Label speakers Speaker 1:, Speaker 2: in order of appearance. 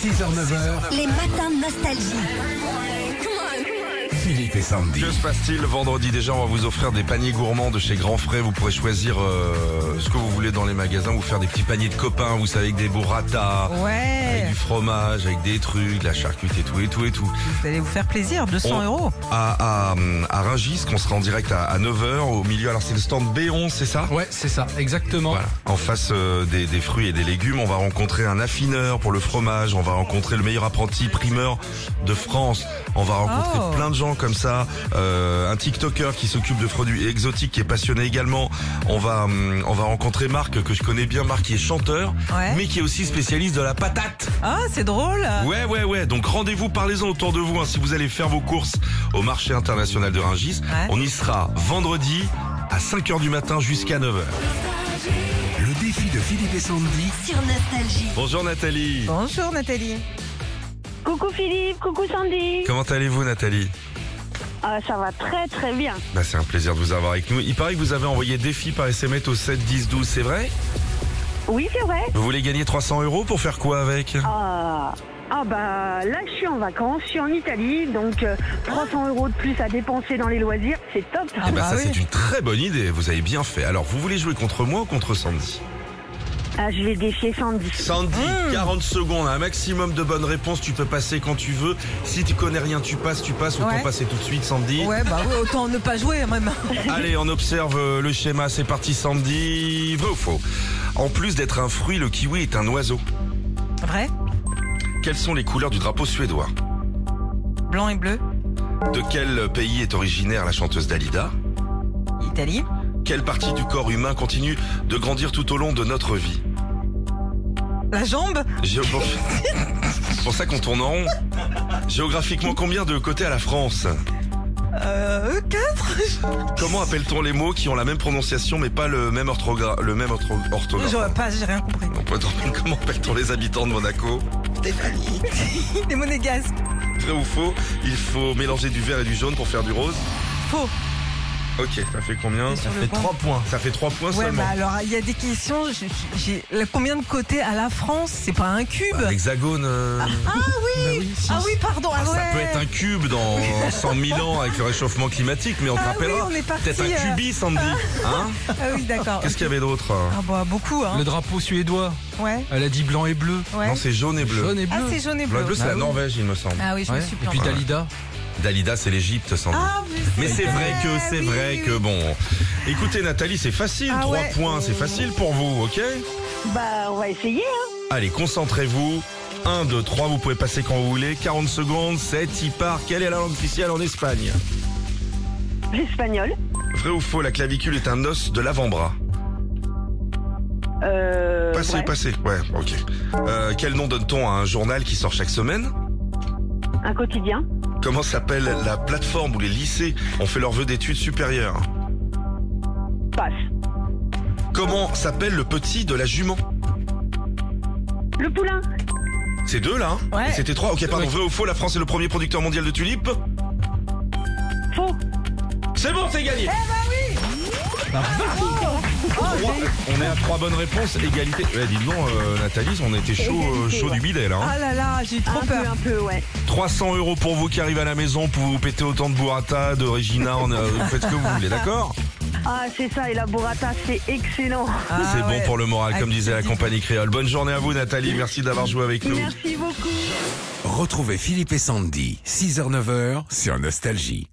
Speaker 1: 6h-9h,
Speaker 2: Les matins de nostalgie.
Speaker 1: Philippe et Sandy.
Speaker 3: Que se passe-t-il vendredi déjà On va vous offrir des paniers gourmands de chez Grand Frais. Vous pourrez choisir euh, ce que vous voulez dans les magasins. Vous faire des petits paniers de copains, vous savez, avec des burrata, avec
Speaker 4: Ouais,
Speaker 3: du fromage, avec des trucs, de la charcuterie, et tout et tout et tout.
Speaker 4: vous allez vous faire plaisir, 200
Speaker 3: On-
Speaker 4: euros.
Speaker 3: À, à, hum, à Rungis, qu'on sera en direct à, 9h, au milieu. Alors c'est le stand B11, c'est ça
Speaker 5: Ouais, c'est ça, exactement.
Speaker 3: Voilà. En face euh, des, des fruits et des légumes, on va rencontrer un affineur pour le fromage, on va rencontrer le meilleur apprenti primeur de France, on va rencontrer
Speaker 4: Oh.
Speaker 3: plein de gens comme ça, euh, un TikToker qui s'occupe de produits exotiques, qui est passionné également, on va hum, on va rencontrer Marc que je connais bien, Marc qui est chanteur,
Speaker 4: Ouais.
Speaker 3: mais qui est aussi spécialiste de la patate.
Speaker 4: Ah, c'est drôle.
Speaker 3: Ouais, ouais, ouais. Donc rendez-vous, parlez-en autour de vous. hein. Si vous allez faire vos courses au marché international de Rungis,
Speaker 4: Ouais.
Speaker 3: on y sera vendredi à 5h du matin jusqu'à 9h.
Speaker 1: Le défi de Philippe et Sandy
Speaker 2: Sur Nostalgie.
Speaker 3: Bonjour Nathalie.
Speaker 4: Bonjour Nathalie.
Speaker 6: Coucou Philippe, coucou Sandy.
Speaker 3: Comment allez-vous Nathalie
Speaker 6: Ah, ça va très très bien.
Speaker 3: bah, C'est un plaisir de vous avoir avec nous. Il paraît que vous avez envoyé défi par SMS au 7 10 12, c'est vrai
Speaker 6: Oui, c'est vrai.
Speaker 3: Vous voulez gagner 300 euros pour faire quoi avec
Speaker 6: Ah, ah bah là, je suis en vacances, je suis en Italie, donc euh, 300 euros de plus à dépenser dans les loisirs, c'est top.
Speaker 4: Ah
Speaker 3: Eh ben,
Speaker 4: bah
Speaker 3: ça
Speaker 4: oui.
Speaker 3: c'est une très bonne idée, vous avez bien fait. Alors vous voulez jouer contre moi ou contre Sandy
Speaker 6: Ah, je vais défier Sandy.
Speaker 3: Sandy,
Speaker 4: Hmm.
Speaker 3: 40 secondes, un maximum de bonnes réponses, tu peux passer quand tu veux. Si tu connais rien, tu passes, tu passes, autant
Speaker 4: Ouais.
Speaker 3: passer tout de suite Sandy.
Speaker 4: Ouais, bah oui, autant ne pas jouer même.
Speaker 3: Allez, on observe euh, le schéma, c'est parti Sandy. Vrai ou faux En plus d'être un fruit, le kiwi est un oiseau.
Speaker 4: Vrai,
Speaker 3: Quelles sont les couleurs du drapeau suédois
Speaker 4: blanc et bleu,
Speaker 3: De quel pays est originaire la chanteuse Dalida
Speaker 4: Italie,
Speaker 3: Quelle partie du corps humain continue de grandir tout au long de notre vie
Speaker 4: la jambe,
Speaker 3: Géo- C'est pour ça qu'on tourne en rond. Géographiquement, combien de côtés à la France
Speaker 4: euh, 4
Speaker 3: Comment appelle-t-on les mots qui ont la même prononciation mais pas le même, orthogra- le même ortho- orthographe
Speaker 4: J'aurais pas, j'ai rien compris.
Speaker 3: On peut être- Comment appelle-t-on les habitants de Monaco
Speaker 4: Des monégasques,
Speaker 3: Vrai ou faux Il faut mélanger du vert et du jaune pour faire du rose.
Speaker 4: faux.
Speaker 3: Ok, ça fait combien
Speaker 4: Sur le pont.
Speaker 3: points. Ça fait 3 points
Speaker 4: Ouais,
Speaker 3: seulement.
Speaker 4: bah alors il y a des questions. je- je- J'ai là, combien de côtés à la France C'est pas un cube.
Speaker 3: L'hexagone. euh,
Speaker 5: Bah oui, si,
Speaker 4: Ah
Speaker 5: si.
Speaker 4: oui, pardon. Ah,
Speaker 3: Ah,
Speaker 4: ouais.
Speaker 3: Ça peut être un cube dans 100 000 ans avec le réchauffement climatique, mais on te
Speaker 4: Ah oui,
Speaker 3: rappellera.
Speaker 4: on est parti,
Speaker 3: Peut-être un
Speaker 4: euh.
Speaker 3: cubis, Sandy. Hein
Speaker 4: Ah oui, d'accord.
Speaker 3: Qu'est-ce qu'il y avait d'autre
Speaker 4: Ah bah beaucoup hein.
Speaker 5: Le drapeau suédois,
Speaker 4: Ouais,
Speaker 5: elle a dit blanc et bleu.
Speaker 4: ouais.
Speaker 3: Non, c'est jaune et bleu.
Speaker 5: Jaune et
Speaker 4: ah
Speaker 5: bleu.
Speaker 4: c'est jaune et
Speaker 3: Blanc et
Speaker 4: bleu.
Speaker 3: bleu, c'est
Speaker 5: Bah
Speaker 3: la
Speaker 5: oui.
Speaker 3: Norvège, il me semble.
Speaker 4: Ah oui, je me
Speaker 5: Ouais.
Speaker 4: suis
Speaker 5: Et puis
Speaker 4: plantée.
Speaker 5: Dalida.
Speaker 3: Dalida, c'est l'Égypte, Sandy.
Speaker 4: Ah, oui,
Speaker 3: Mais c'est vrai que c'est
Speaker 4: oui,
Speaker 3: vrai
Speaker 4: Ah oui,
Speaker 3: que hein.
Speaker 4: oui.
Speaker 3: bon. Écoutez Nathalie, c'est facile,
Speaker 4: Ah
Speaker 3: 3
Speaker 4: ouais.
Speaker 3: points, c'est facile pour vous, ok
Speaker 6: Bah, on va essayer. hein.
Speaker 3: Allez, concentrez-vous. 1, 2, 3, vous pouvez passer quand vous voulez. 40 secondes, 7, il part. Quelle est la langue officielle en Espagne
Speaker 6: L'espagnol.
Speaker 3: Vrai ou faux, la clavicule est un os de l'avant-bras
Speaker 6: Euh,
Speaker 3: Passez,
Speaker 6: ouais.
Speaker 3: passez, ouais, ok. Euh, quel nom donne-t-on à un journal qui sort chaque semaine
Speaker 6: Un quotidien.
Speaker 3: Comment s'appelle la plateforme où les lycées ont fait leurs vœux d'études supérieures
Speaker 6: Passe.
Speaker 3: Comment s'appelle le petit de la jument
Speaker 6: Le poulain.
Speaker 3: C'est deux là hein
Speaker 4: Ouais. Oh,
Speaker 3: Et C'était trois, ok, pardon,
Speaker 5: Ouais.
Speaker 3: vrai ou faux, la France est le premier producteur mondial de tulipes
Speaker 6: Faux.
Speaker 3: C'est bon, c'est gagné
Speaker 4: bah,
Speaker 3: Trois- On est à trois bonnes réponses, égalité. Eh, dis donc, euh, Nathalie, on était chaud, euh,
Speaker 6: Égalité,
Speaker 3: chaud
Speaker 6: ouais.
Speaker 3: du bidet là. hein.
Speaker 4: Ah là là, j'ai eu trop
Speaker 6: un
Speaker 4: peur.
Speaker 6: peu, un peu, ouais.
Speaker 3: 300 euros pour vous qui arrivez à la maison pour vous péter autant de burrata, de Regina, en, euh, vous faites ce que vous voulez, d'accord
Speaker 6: Ah, c'est ça, et la burrata, c'est excellent.
Speaker 4: Ah
Speaker 3: C'est
Speaker 4: ouais.
Speaker 3: bon pour le moral,
Speaker 4: Ah,
Speaker 3: comme disait la
Speaker 4: dis-
Speaker 3: compagnie créole. Bonne journée à vous, Nathalie. Merci d'avoir joué avec nous.
Speaker 6: Merci beaucoup.
Speaker 1: Retrouvez Philippe et Sandy, 6h-9h sur Nostalgie.